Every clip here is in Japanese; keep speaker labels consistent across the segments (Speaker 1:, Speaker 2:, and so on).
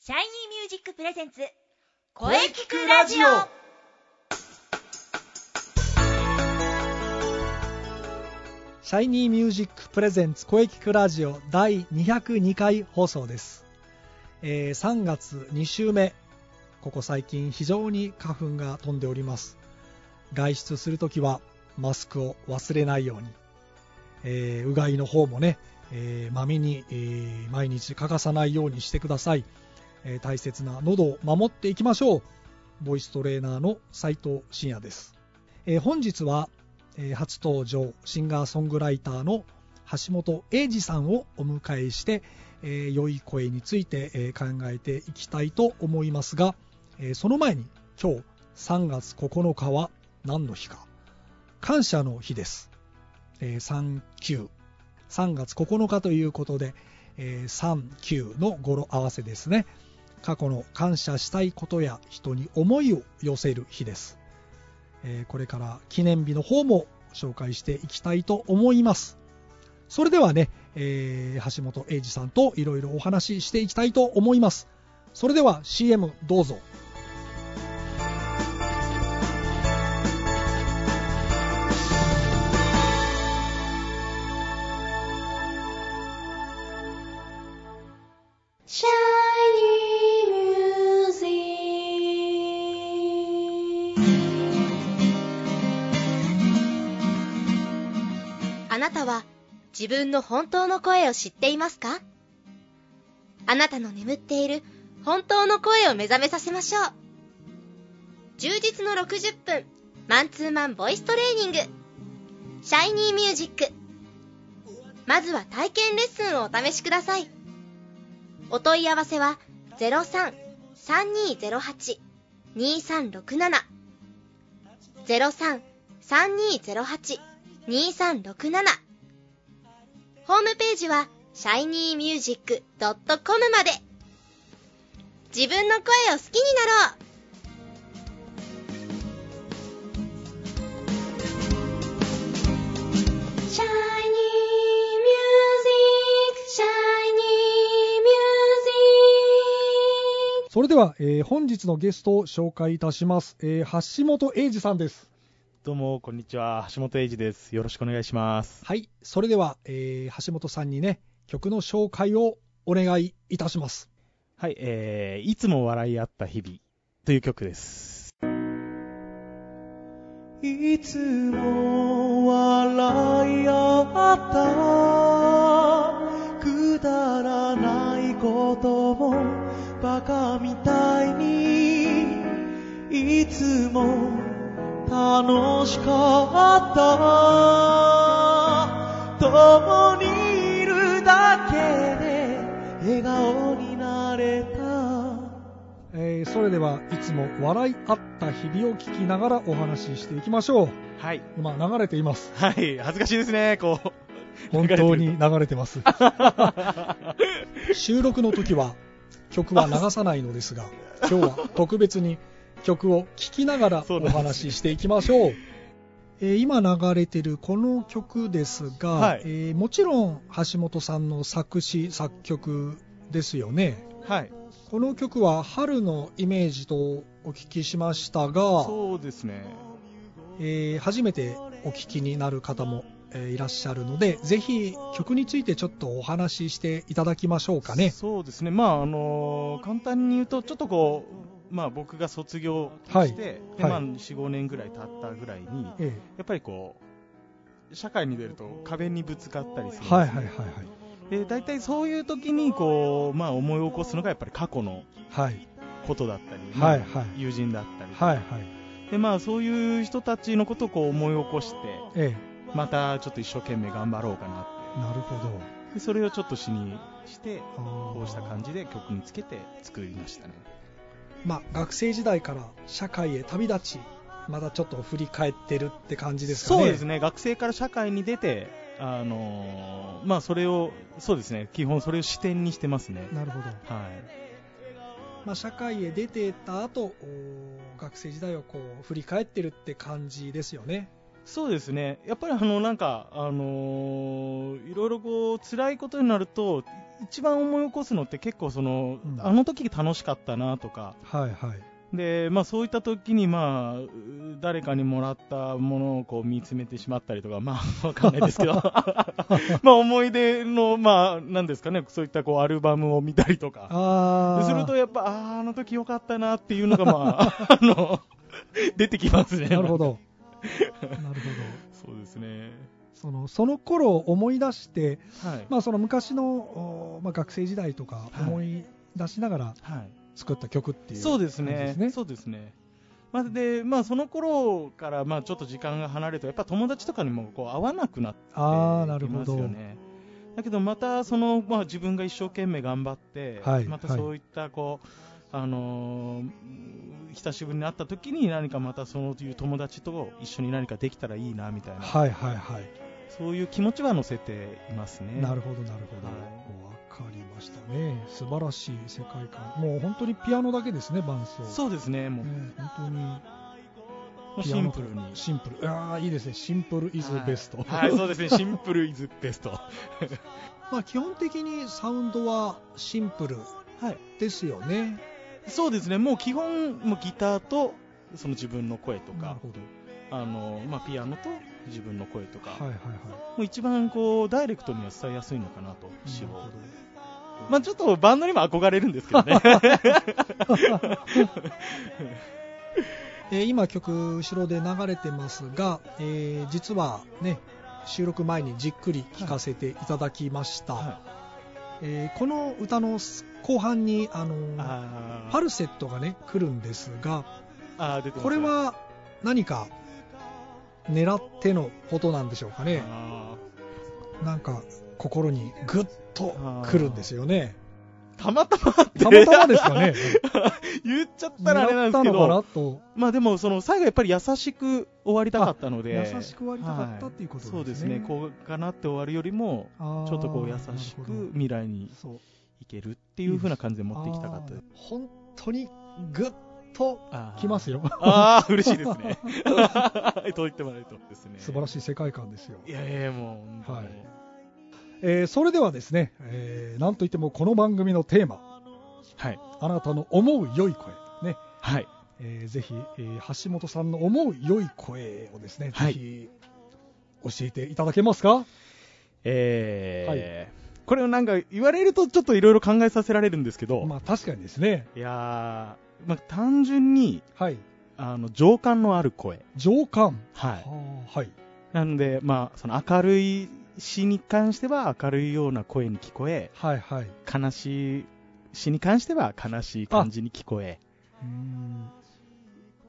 Speaker 1: シャイニーミュージックプレゼンツ
Speaker 2: 声聞くラジオ
Speaker 3: シャイニーミュージックプレゼンツ声聞くラジオ第202回放送です、えー3月2週目ここ最近非常に花粉が飛んでおります外出するときはマスクを忘れないように、えーうがいの方もね、えーまめに、えー毎日欠かさないようにしてください、えー大切な喉を守っていきましょうボイストレーナーの斉藤真也です、えー本日はえー初登場シンガーソングライターの橋本英二さんをお迎えして、えー良い声について、えー考えていきたいと思いますが、えーその前に今日3月9日は何の日か感謝の日です、えー、3 9 3月9日ということで、えー、39の語呂合わせですね過去の感謝したいことや人に思いを寄せる日ですえーこれから記念日の方も紹介していきたいと思います。それではね、えー橋本英二さんといろいろお話ししていきたいと思います。それでは CM どうぞ。
Speaker 1: シャイニーミュージックあなたは自分の本当の声を知っていますかあなたの眠っている本当の声を目覚めさせましょう充実の60分マンツーマンボイストレーニングシャイニーミュージックまずは体験レッスンをお試しくださいお問い合わせは03-3208-2367 03-3208-2367ホームページは shinymusic.com まで自分の声を好きになろうシャイニーミュージック、シャイニ
Speaker 3: それでは、えー本日のゲストを紹介いたします。えー橋本英二さんです。
Speaker 2: どうも、こんにちは。橋本英二です。よろしくお願いします。
Speaker 3: はい、それでは、えー橋本さんにね、曲の紹介をお願いいたします。
Speaker 2: はい、えー、いつも笑い合った日々という曲です。
Speaker 4: いつも笑い合ったくだらないこともバカみたいにいつも楽しかった共にいるだけで笑顔になれた
Speaker 3: えーそれではいつも笑い合った日々を聞きながらお話ししていきましょう。
Speaker 2: はい。
Speaker 3: 今流れています。
Speaker 2: はい、恥ずかしいですね、こう。
Speaker 3: 本当に流れて ます。収録の時は曲は流さないのですが、今日は特別に曲を聴きながら
Speaker 2: そうなん
Speaker 3: お
Speaker 2: です
Speaker 3: 話ししていきまし ょう。えー今流れてるこの曲ですが、
Speaker 2: はい
Speaker 3: えーもちろん橋本さんの作詞作曲ですよね。
Speaker 2: はい。
Speaker 3: この曲は春のイメージとお聞きしましたが、
Speaker 2: そうですね。
Speaker 3: えー初めてお聞きになる方も、えーいらっしゃるのでぜひ曲についてちょっとお話ししていただきましょうかね
Speaker 2: そうですね。まあ、あのー簡単に言うと、ちょっとこう、まあ僕が卒業して、でま
Speaker 3: は
Speaker 2: あ、
Speaker 3: い
Speaker 2: 4、5年ぐらい経ったぐらいに、や
Speaker 3: え
Speaker 2: っぱりこう、社会に出ると壁にぶつかったり
Speaker 3: え
Speaker 2: するんですね、
Speaker 3: はいはいはいは
Speaker 2: で大体そういう時にこう、まあ、思い起こすのがやっぱり過去の
Speaker 3: いはい
Speaker 2: ことだったり、
Speaker 3: はい
Speaker 2: まあ
Speaker 3: はい
Speaker 2: 友人だったり、
Speaker 3: はいはい
Speaker 2: でまあ、そういう人たちのことをこう思い起こして
Speaker 3: え
Speaker 2: またちょっと一生懸命頑張ろうかな
Speaker 3: えなるほど
Speaker 2: ってでそれをちょっと詩にして
Speaker 3: あー
Speaker 2: こうした感じで曲につけて作りましたね
Speaker 3: まあ学生時代から社会へ旅立ちまたちょっと振り返ってるって感じですかね
Speaker 2: そうですね学生から社会に出て、あのーまあ、それをそうですね基本それを視点にしてますね、
Speaker 3: なるほど、
Speaker 2: はい、
Speaker 3: まあ、社会へ出てった後お学生時代をこう振り返ってるって感じですよね
Speaker 2: そうですね、やっぱりあのなんか、あのーいろいろこう辛いことになると、一番思い起こすのって結構その、
Speaker 3: うん
Speaker 2: あの時楽しかったなとか、
Speaker 3: はいはい。
Speaker 2: でまあ、そういった時にまあう誰かにもらったものをこう見つめてしまったりとか、まあ、 わかんないです けど、まあ思い出の、まあ、なんですかね、そういったこうアルバムを見たりとか。
Speaker 3: あ
Speaker 2: で
Speaker 3: あ。
Speaker 2: する とやっぱ、あーあの時良かったなっていうのが、まあ、 あの、出てきますね。
Speaker 3: なるほ。ど。なるほど。
Speaker 2: そうですね。
Speaker 3: そのその頃を思い出して、
Speaker 2: はい。
Speaker 3: まあ、その昔の、おまあ、学生時代とか
Speaker 2: はい
Speaker 3: 思い出しながら
Speaker 2: はい。
Speaker 3: 作った曲っていう
Speaker 2: そうです
Speaker 3: 感じ
Speaker 2: ね。そうですね。まあ、で、まあ、その頃から、まあ、ちょっと時間が離れると、やっぱ友達とかにも、こう、会わなくなってき
Speaker 3: ああなるほ
Speaker 2: ま
Speaker 3: ど、
Speaker 2: すよね。だけど、また、その、まあ、自分が一生懸命頑張って、
Speaker 3: はい
Speaker 2: また
Speaker 3: はい
Speaker 2: そういった、こう、あのー久しぶりに会った時に何かまたそういう友達と一緒に何かできたらいいなみたいな、
Speaker 3: はいはいはい、
Speaker 2: そういう気持ちは乗せていますね。
Speaker 3: なるほどなるほど、
Speaker 2: はい
Speaker 3: わかりましたね素晴らしい世界観もう本当にピアノだけですね伴奏
Speaker 2: そうですね、もう、
Speaker 3: ね本当に
Speaker 2: シンプルに。
Speaker 3: シンプルああいいですねシンプルイズベスト、
Speaker 2: はい、はいそう ですね、シンプルイズベスト。は
Speaker 3: まあ基本的にサウンドはシンプル
Speaker 2: い。
Speaker 3: ですよね
Speaker 2: そうですね、もう基本、もうギターと、その自分の声と
Speaker 3: なる
Speaker 2: か、
Speaker 3: ほど
Speaker 2: あの、まあ、ピアノと自分の声とか、
Speaker 3: はいはいはい
Speaker 2: もう一番こう、ダイレクトには伝えやすいのかなと、詞を
Speaker 3: なるほど
Speaker 2: まあ、ちょっとバンドにも憧れるんですけどね。
Speaker 3: えー今曲後ろで流れてますが、えー実はね収録前にじっくり聴かせていただきました、
Speaker 2: はい
Speaker 3: えーこの歌の後半にあのー
Speaker 2: あ
Speaker 3: ファ
Speaker 2: ー
Speaker 3: ルセットがね来るんですが
Speaker 2: あー、出てますね
Speaker 3: これ、は何か狙ってのことなんでしょうかね
Speaker 2: あ
Speaker 3: なんか心にグッと来るんですよね
Speaker 2: ーたまたまって
Speaker 3: たまたまです かね
Speaker 2: 言っちゃったらあれな
Speaker 3: 狙
Speaker 2: ん
Speaker 3: っ
Speaker 2: です
Speaker 3: た
Speaker 2: け
Speaker 3: のか
Speaker 2: ど、
Speaker 3: なと
Speaker 2: まあでもその最後やっぱり優しく終わりたかったので
Speaker 3: 優しく終わりたかったっていうことですね
Speaker 2: そうですねこうかなって終わるよりも
Speaker 3: ちょ
Speaker 2: ちょっとこう優しく未来に
Speaker 3: そう
Speaker 2: 行けるっていう風な感じで持っていきたかったです
Speaker 3: あー本当にグッと
Speaker 2: あー
Speaker 3: きますよ
Speaker 2: ああ嬉しいですねと言ってもらえるとですね
Speaker 3: 素晴ら
Speaker 2: し
Speaker 3: しい世界観ですよ、
Speaker 2: いやいやもう本当に
Speaker 3: はいえーそれではですね、えーなんといってもこの番組のテーマ
Speaker 2: はい
Speaker 3: あなたの思う良い声ね、
Speaker 2: はい
Speaker 3: えーぜひ、えー橋本さんの思う良い声をですね、
Speaker 2: はい
Speaker 3: ぜひ教えていただけますか
Speaker 2: えーこれをなんか言われるとちょっといろいろ考えさせられるんですけど、
Speaker 3: まあ確かにですね
Speaker 2: いやー、まあ、単純に
Speaker 3: はい
Speaker 2: あの情感のある声
Speaker 3: 情感
Speaker 2: はい
Speaker 3: はあはい
Speaker 2: なので、まあ、その明るい詩に関しては明るいような声に聞こえ、
Speaker 3: はいはい
Speaker 2: 悲しい詩に関しては悲しい感じに聞こえ。
Speaker 3: うーん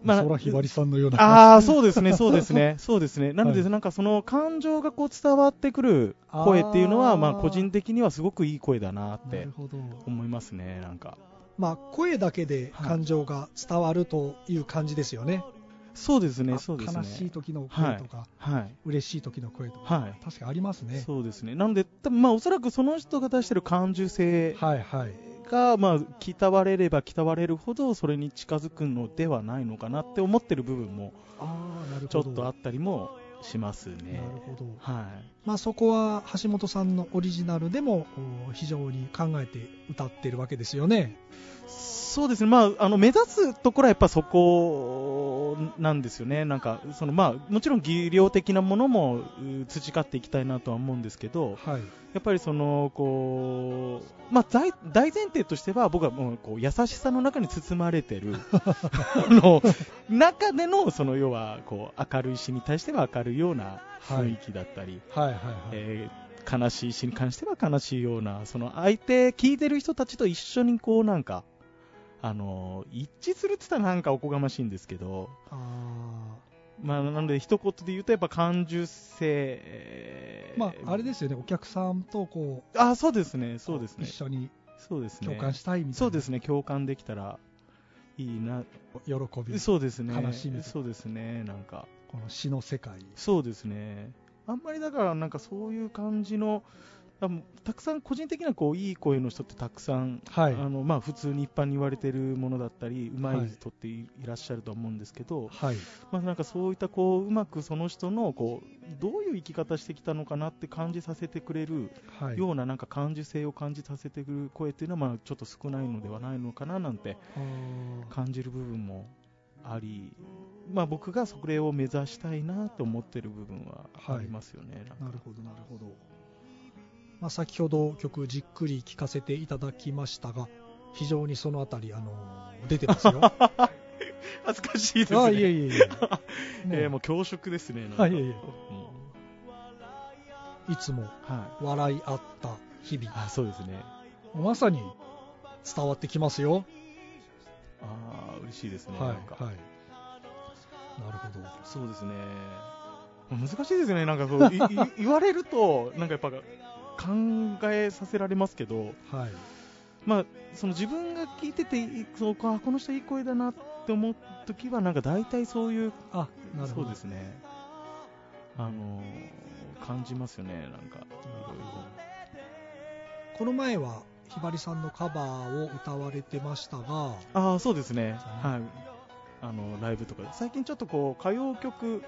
Speaker 2: まあ
Speaker 3: 空ひばりさんのような
Speaker 2: ああ、そうですね、そうです ね、そうですね。なので、
Speaker 3: はい
Speaker 2: なんかその感情がこう伝わってくる声っていうのは、
Speaker 3: あー
Speaker 2: まあ個人的にはすごくいい声だな
Speaker 3: な
Speaker 2: って
Speaker 3: るほど
Speaker 2: 思いますね、なんか。
Speaker 3: まあ、声だけで感情が伝わるという感じですよね。
Speaker 2: そうですね、
Speaker 3: あ
Speaker 2: そうですね。
Speaker 3: 悲しい時の声とか、
Speaker 2: はい。
Speaker 3: 嬉しい時の声とか、
Speaker 2: はい。
Speaker 3: 確かにありますね。
Speaker 2: そうですね。なので、多分まあおそらくその人が出してる感受性
Speaker 3: はいはい。
Speaker 2: が、まあ、鍛われれば鍛われるほどそれに近づくのではないのかなって思ってる部分も
Speaker 3: ああ、なる
Speaker 2: ちょっとあ
Speaker 3: なる
Speaker 2: ったりもしますね。
Speaker 3: ほど。
Speaker 2: はい、
Speaker 3: まあ、そこは橋本さんのオリジナルでもお非常に考えて歌ってるわけですよね。
Speaker 2: そうですね、まあ、あの目指すところはやっぱそこなんですよね、なんかその、まあ、もちろん技量的なものもう培っていきたいなとは思うんですけど、
Speaker 3: はい。
Speaker 2: やっぱりそのこう、まあ、大大前提としては僕はもうこう優しさの中に包まれてるあの中でのその要はこう明るい詩に対しては明るいような雰囲気だったり、
Speaker 3: はいはいはい。
Speaker 2: えー悲しい詩に関しては悲しいようなその相手聞いてる人たちと一緒にこうなんかあの一致するって言ったらなんかおこがましいんですけど。
Speaker 3: あ
Speaker 2: まあ、なので一言で言うとやっぱ感受性、え
Speaker 3: ー
Speaker 2: ー
Speaker 3: まあ、あれですよね、お客さんとこう、
Speaker 2: あそうですねそうですね
Speaker 3: 一緒に
Speaker 2: そうですね。
Speaker 3: 共感したいみたいな、
Speaker 2: そうですね。共感できたらいいな。
Speaker 3: 喜び、
Speaker 2: そうですね。
Speaker 3: 悲しみ
Speaker 2: そうですね。なんか。
Speaker 3: この詩の世界。
Speaker 2: そうですね。あんまりだから、なんかそういう感じの、あもうたくさん個人的なこういい声の人ってたくさん、
Speaker 3: はい
Speaker 2: あのまあ、普通に一般に言われてるものだったりうま
Speaker 3: はい
Speaker 2: い人っていいらっしゃると思うんですけど、
Speaker 3: はい
Speaker 2: まあ、なんかそういったこううまくその人のこうどういう生き方してきたのかなって感じさせてくれる
Speaker 3: はい
Speaker 2: ようななんか感受性を感じさせてくる声っていうのはまあちょっと少ないのではないのかななんて
Speaker 3: あー
Speaker 2: 感じる部分もあり、まあ、僕がそれを目指したいなと思ってる部分はありますよね。なんか
Speaker 3: なるほどなるほど、まあ、先ほど曲じっくり聴かせていただきましたが非常にそのあたり、あの出て ますよあ
Speaker 2: 恥ずかしいですね。
Speaker 3: ーいえいえい えね
Speaker 2: えーもう恐縮ですね。なんか
Speaker 3: はいいえいえ
Speaker 2: うん
Speaker 3: いつも
Speaker 2: はい。
Speaker 3: 笑い合った日々
Speaker 2: あ、そうですね。
Speaker 3: まさに伝わってきますよ
Speaker 2: ああ、嬉しいですね。
Speaker 3: はい
Speaker 2: なんか
Speaker 3: はいなるほど
Speaker 2: そうですね。難しいですね。なんかそ う、いい言われると、なんかやっぱ考えさせられますけど、
Speaker 3: はい
Speaker 2: まあ、その自分が聞いてて、いそうか、あこの人いい声だなって思う時は、なんか大体そういう、
Speaker 3: あなるほ
Speaker 2: そ
Speaker 3: ど
Speaker 2: うですね。あのー感じますよね、なんか、いろいろ。
Speaker 3: この前はひばりさんのカバーを歌われてましたが
Speaker 2: ああ、そうですね。はい。あの、ライブとかで。最近ちょっとこう、歌謡曲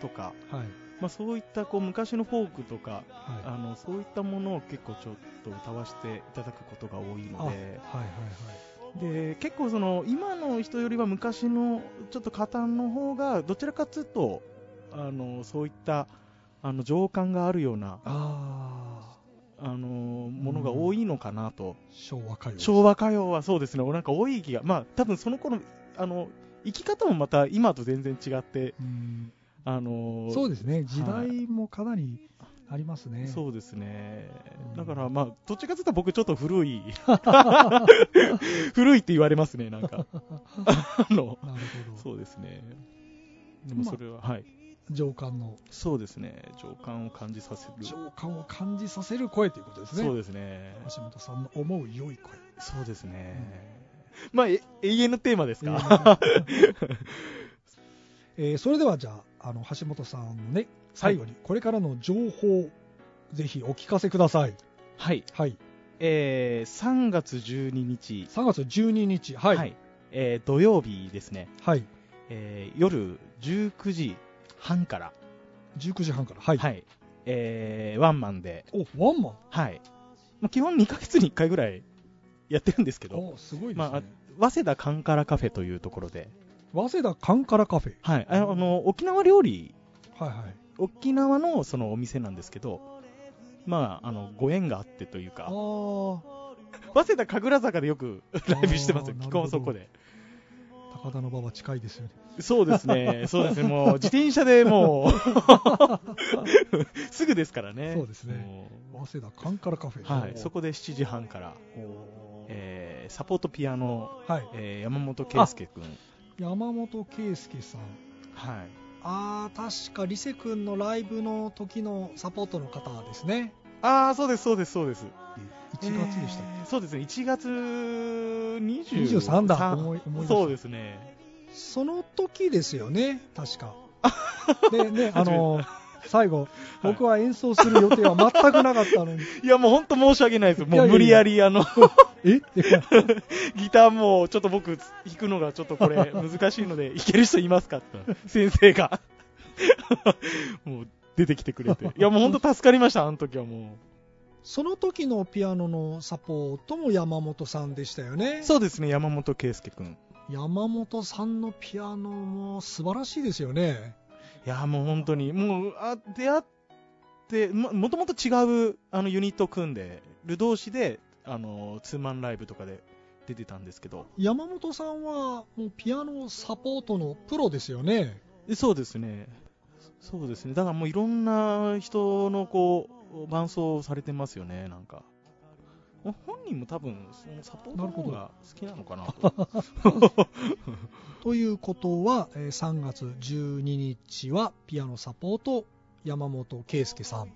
Speaker 2: とか、
Speaker 3: はい
Speaker 2: まあ、そういったこう昔のフォークとか、
Speaker 3: はい
Speaker 2: あのそういったものを結構ちょっと歌わせていただくことが多い
Speaker 3: あ
Speaker 2: の
Speaker 3: はい
Speaker 2: で
Speaker 3: はいはい
Speaker 2: で結構その今の人よりは昔のちょっと歌壇の方がどちらかというとあのそういったあの情感があるような
Speaker 3: ああ
Speaker 2: あのものが多いのかなと、
Speaker 3: 昭和歌謡
Speaker 2: 昭和歌謡はそうですねなんか多い気がまあ多分その頃あの生き方もまた今と全然違って
Speaker 3: うん
Speaker 2: あの
Speaker 3: そうですね時代もかなりありますね、
Speaker 2: そうですね
Speaker 3: うん。
Speaker 2: だからまあ、どっちかというと僕ちょっと古い。 古いって言われますね、なんか。あの、
Speaker 3: なるほど
Speaker 2: そうですね。でもそれは、はい。
Speaker 3: 情感の
Speaker 2: そうですね。情感を感じさせる。
Speaker 3: 情感を感じさせる声ということですね
Speaker 2: そうですね。
Speaker 3: 橋本さんの思う良い声
Speaker 2: そうですね。まあ、え永遠のテーマですか。
Speaker 3: えーそれではじゃああの橋本さんのね最後にこれからの情報をぜひお聞かせください
Speaker 2: はい。
Speaker 3: はい
Speaker 2: えー、3月12日。
Speaker 3: 3月12日はいは、
Speaker 2: はいいえー土曜日ですね。えー夜19時半から。
Speaker 3: 19時半からはい、
Speaker 2: はい。えーワンマンで。
Speaker 3: おワンマン
Speaker 2: はい。まあ、基本2ヶ月に1回ぐらいやってるんですけど、
Speaker 3: おすごいですね、
Speaker 2: まあ、早稲田カンカラカフェというところで、
Speaker 3: 早稲田カンカラカフェ
Speaker 2: はい。あの、あの沖縄料理、
Speaker 3: はいはい
Speaker 2: 沖縄のそのお店なんですけど、まあ、あの、ご縁があってという
Speaker 3: あ
Speaker 2: か、
Speaker 3: ー
Speaker 2: 早稲田神楽坂でよく ライブしてますよ。
Speaker 3: あー
Speaker 2: 基本そこで。
Speaker 3: 高田の馬場近いですよね
Speaker 2: そうです ね。そうですね。もう、自転車で もう、すぐですからね。
Speaker 3: そうですね
Speaker 2: もう
Speaker 3: 早稲田カンカラカフェ
Speaker 2: はい。
Speaker 3: お
Speaker 2: そこで7時半から、
Speaker 3: お
Speaker 2: えーサポートピアノ、
Speaker 3: はい
Speaker 2: えー山本圭介くん。
Speaker 3: 山本圭介さん
Speaker 2: はい。
Speaker 3: あー確かリセ君のライブの時のサポートの方ですね
Speaker 2: ああ、そうです、そうです、そうです。
Speaker 3: 1月でしたっけ、
Speaker 2: えーそうですね、1月23
Speaker 3: 23だ思い思い出した
Speaker 2: そうですね。
Speaker 3: その時ですよね、確 か。でね、あの、最後、僕は演奏する予定は全くなかった のに、
Speaker 2: いや、もう本当申し訳ないです。
Speaker 3: いやいうや
Speaker 2: もい無理やり、あの、
Speaker 3: えって
Speaker 2: ギターもちょっと僕弾くのがちょっとこれ難しい ので、弾ける人いますかって先生が。 もう出てきてく れて。いや、もう本当助かりました、あの時はも
Speaker 3: その時のピアノのサポートも山本さんでしたよね
Speaker 2: う。。そうですね、山本圭介くん。
Speaker 3: 山本さんのピアノも素晴らしいですよね。
Speaker 2: いや、もう本当に、もう、あ出会って、ももともと違うあのユニットを組んでる同士で、あのツーマンライブとかで出てたんですけど、
Speaker 3: 山本さんはもうピアノサポートのプロですよね。
Speaker 2: でそうですね、そうですね、だからもういろんな人のこう伴奏をされてますよね、なんか。本人も多分、そのサポートの方が好きなのかな と。
Speaker 3: ということは、えー3月12日はピアノサポート山本圭介さん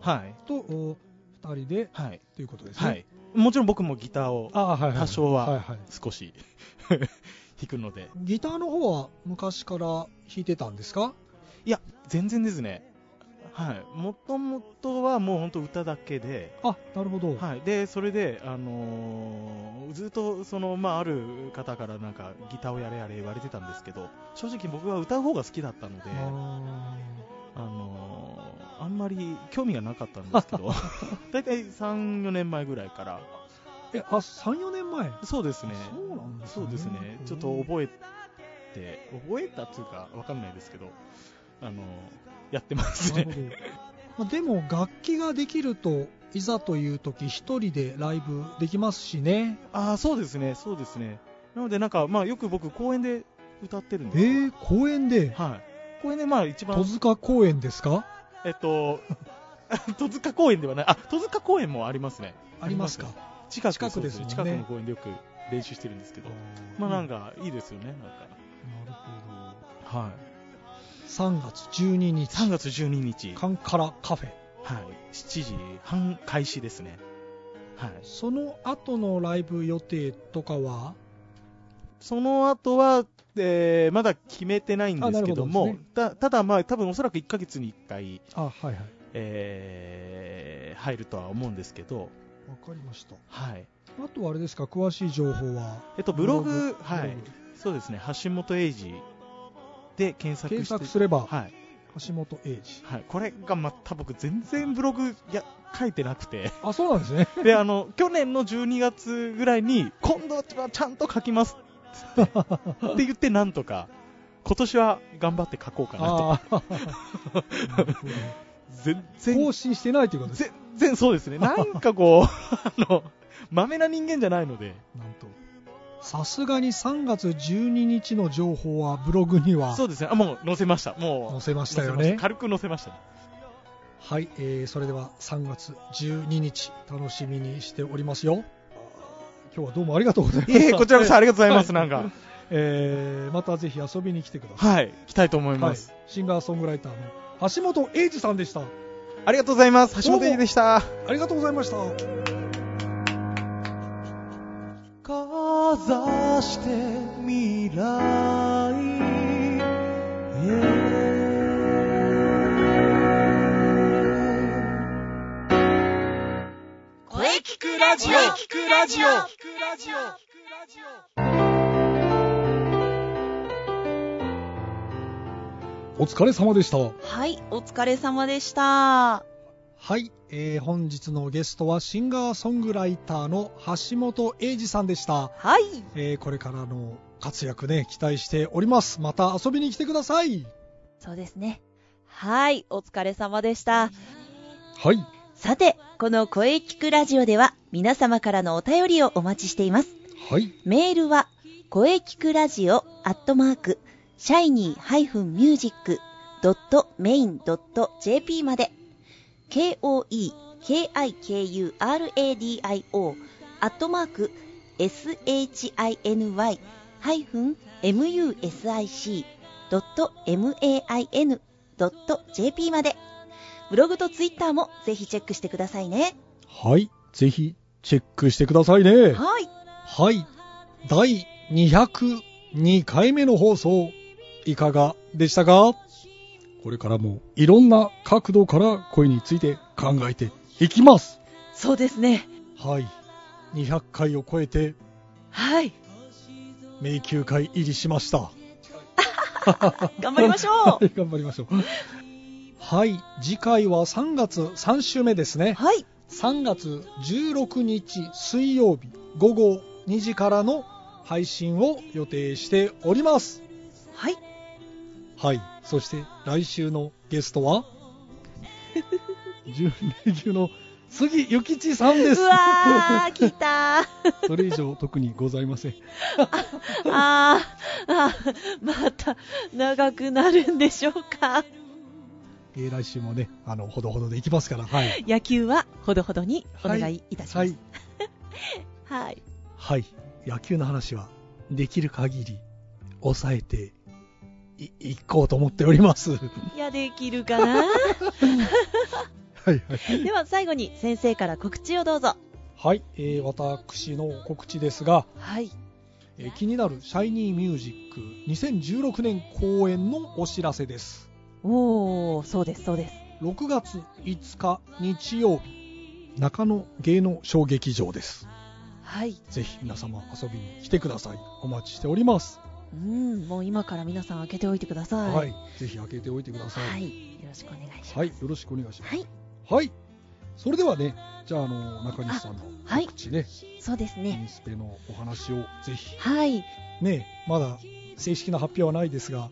Speaker 2: はい。
Speaker 3: とお二人で
Speaker 2: はい。
Speaker 3: ということですね。
Speaker 2: はい。もちろん僕もギターを
Speaker 3: ああはいいい
Speaker 2: 多少は
Speaker 3: はいはい、
Speaker 2: 少し 弾くので、
Speaker 3: ギターの方は昔から弾いてたんですか
Speaker 2: 全然ですね。はい、もともとはもう本当歌だけで、
Speaker 3: あなるほど、
Speaker 2: はい、でそれで、あのーずっとその、まあ、ある方からなんかギターをやれやれ言われてたんですけど正直僕は歌う方が好きだったので、
Speaker 3: あ
Speaker 2: あのーあんまり興味がなかったんです けど大体34年前ぐらいから
Speaker 3: ーえあ34年 前
Speaker 2: そうですね
Speaker 3: そうなんですね
Speaker 2: そうですねちょっと覚えて覚えたというかわかんないですけど、あのーやってます
Speaker 3: なるほど、ま
Speaker 2: ね。
Speaker 3: あ、でも楽器ができるといざという時一人でライブできますしね
Speaker 2: ああ、そうですね、そうですね。なので、なんか、まあ、よく僕、公園で歌ってるん
Speaker 3: え
Speaker 2: ですよ
Speaker 3: ー、公園で
Speaker 2: はい。公園で、まあ、一
Speaker 3: 戸
Speaker 2: 番、
Speaker 3: 塚公園ですか
Speaker 2: えっと、 戸塚公園ではない、あ、戸塚公園もありますね。
Speaker 3: ありますか
Speaker 2: 近く
Speaker 3: 近くです
Speaker 2: そ
Speaker 3: も
Speaker 2: う
Speaker 3: んね
Speaker 2: 近くの公園でよく練習してるんですけど、まあ、なんか、いいですよね、なんか。
Speaker 3: なるほど
Speaker 2: はい。
Speaker 3: 3月12日
Speaker 2: 3月12日、
Speaker 3: カンカラカフェ
Speaker 2: はい。7時半開始ですね。はい。
Speaker 3: その後のライブ予定とかは
Speaker 2: その後は、えーまだ決めてないんですけど
Speaker 3: あ
Speaker 2: も、
Speaker 3: なるほ
Speaker 2: たただ、まあ、多分おそらく1ヶ月に1回、
Speaker 3: あはいはいわ
Speaker 2: えー入るとは思うんですけど、
Speaker 3: かりました
Speaker 2: はい。
Speaker 3: あとはあれですか詳しい情報は
Speaker 2: えっと、ブログ、は
Speaker 3: ブ
Speaker 2: い
Speaker 3: ログ。
Speaker 2: そうですね、橋本英二で検索して。
Speaker 3: 検索すれば、
Speaker 2: はい。
Speaker 3: 橋本英二
Speaker 2: はい。これがまた僕全然ブログや書いてなくて。
Speaker 3: あそうなんですね
Speaker 2: で、あの、去年の12月ぐらいに、今度はちゃんと書きます ってって言って、なんとか、今年は頑張って書こうかなと。
Speaker 3: あ ーなるほど
Speaker 2: 全然
Speaker 3: 更、新してないということです
Speaker 2: 全然そうですね。なん かこう、あの、まめな人間じゃないので。
Speaker 3: なんとさすがに3月12日の情報はブログには
Speaker 2: そうですね。あ、もう載せました。もう。
Speaker 3: 載せましたよ
Speaker 2: 載せ
Speaker 3: ね
Speaker 2: ました軽く載 せましたね。
Speaker 3: はい、えーそれでは3月12日楽しみにしておりますよ今日はどうもありがとうございま
Speaker 2: え
Speaker 3: し
Speaker 2: え
Speaker 3: た
Speaker 2: こちらこそありがとうございます。なんか。
Speaker 3: えーまたぜひ遊びに来てくださ
Speaker 2: はい、来たいと思い
Speaker 3: い、は
Speaker 2: ま
Speaker 3: い
Speaker 2: す。、
Speaker 3: シンガーソングライターの橋本英二さんでした
Speaker 2: ありがとうございます。橋本英二でした。
Speaker 3: ありがとうございました
Speaker 4: かざして未来へ
Speaker 1: 声聞くラジオ聞くラジオ聞くラジオ
Speaker 3: お疲れ様でした
Speaker 5: はい、お疲れ様でした。
Speaker 3: はい、えー本日のゲストはシンガーソングライターの橋本英二さんでした、
Speaker 5: はい。
Speaker 3: えーこれからの活躍ね期待しておりますまた遊びに来てください
Speaker 5: そうですね。はい、お疲れ様でした。
Speaker 3: はい
Speaker 5: さて、この声聞くラジオでは皆様からのお便りをお待ちしています。
Speaker 3: はい
Speaker 5: メールは、声聞くラジオアットマーク、シャイニー -music.main.jp まで、k-o-e-k-i-k-u-r-a-d-i-o アットマーク、shiny-music.main.jp まで、ブログとツイッターもぜひチェックしてくださいね。
Speaker 3: はい。ぜひ、チェックしてくださいね。
Speaker 5: はい。
Speaker 3: はい。第202回目の放送、いかがでしたかこれからも、いろんな角度から声について考えていきます。
Speaker 5: そうですね。
Speaker 3: はい。200回を超えて、
Speaker 5: はい。
Speaker 3: 迷宮会入りしました。
Speaker 5: 頑張りましょ
Speaker 3: はい 頑張りましょう。はい。次回は3月3週目ですね
Speaker 5: う。。はい。
Speaker 3: 3月16日水曜日午後2時からの配信を予定しております
Speaker 5: はい。
Speaker 3: はいそして来週のゲス トは準レギュの杉ゆきちさんです
Speaker 5: うわー、来た ー。
Speaker 3: それ以上特にございません
Speaker 5: あー、あーまた長くなるんでしょうか。
Speaker 3: えー来週もねあのほどほどでいきますからはい
Speaker 5: 野球はほどほどにお
Speaker 3: は
Speaker 5: 願いいたしま
Speaker 3: は
Speaker 5: す
Speaker 3: い。、
Speaker 5: はい。
Speaker 3: はい、野球の話はできる限り抑えていいこうと思っておりますはい
Speaker 5: いや、できるかな
Speaker 3: はい
Speaker 5: では最後に先生から告知をどうぞ。
Speaker 3: はい、えー私の告知ですが、
Speaker 5: はい。
Speaker 3: えー気になるシャイニーミュージック2016年公演のお知らせです。
Speaker 5: おー、そうです、そうです。
Speaker 3: 6月5日日曜日中野芸能小劇場です
Speaker 5: はい。
Speaker 3: ぜひ皆様遊びに来てくださいお待ちしております
Speaker 5: うん、もう今から皆さん開けておいてくださ。
Speaker 3: はいい、。ぜひ開けておいてください
Speaker 5: は
Speaker 3: はい、
Speaker 5: い。よろしくお願いします。
Speaker 3: よろしくお願いしま
Speaker 1: はい。
Speaker 3: すはいそれではねじゃああの中西さんの
Speaker 5: はい
Speaker 3: 告知ね、
Speaker 5: そうです
Speaker 3: ミ
Speaker 5: ね。
Speaker 3: ニスペのお話をぜひ
Speaker 5: はい。
Speaker 3: ねまだ正式な発表はないですが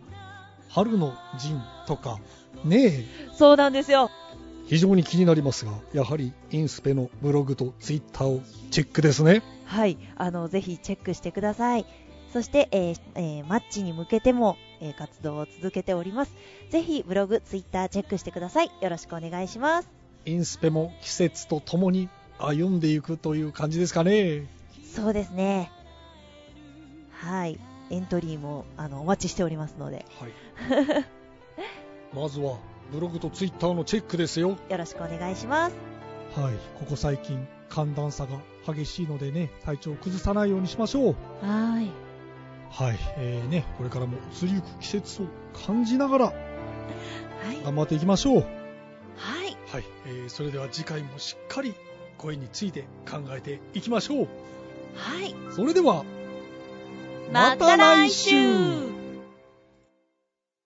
Speaker 3: 春の陣とかね
Speaker 5: そうなんですよ。
Speaker 3: 非常に気になりますがやはりインスペのブログとツイッターをチェックですね
Speaker 5: はい。あの、ぜひチェックしてください。そして、えーえーマッチに向けても、えー活動を続けております。ぜひ、ブログ、ツイッターチェックしてください。よろしくお願いします。
Speaker 3: インスペも季節とともに歩んでいくという感じですかね
Speaker 5: そうですね。はい。エントリーも、あの、お待ちしておりますので、
Speaker 3: はいまずはブログとツイッターのチェックですよ
Speaker 5: よろしくお願いします。
Speaker 3: はいここ最近寒暖差が激しいのでね体調を崩さないようにしましょう
Speaker 5: はい。
Speaker 3: はい、えーね、これからも移りゆく季節を感じながら
Speaker 5: はい。
Speaker 3: 頑張っていきましょう。
Speaker 5: はい。
Speaker 3: はい、えーそれでは次回もしっかり声について考えていきましょう。
Speaker 5: はい。
Speaker 3: それでは、
Speaker 1: また来週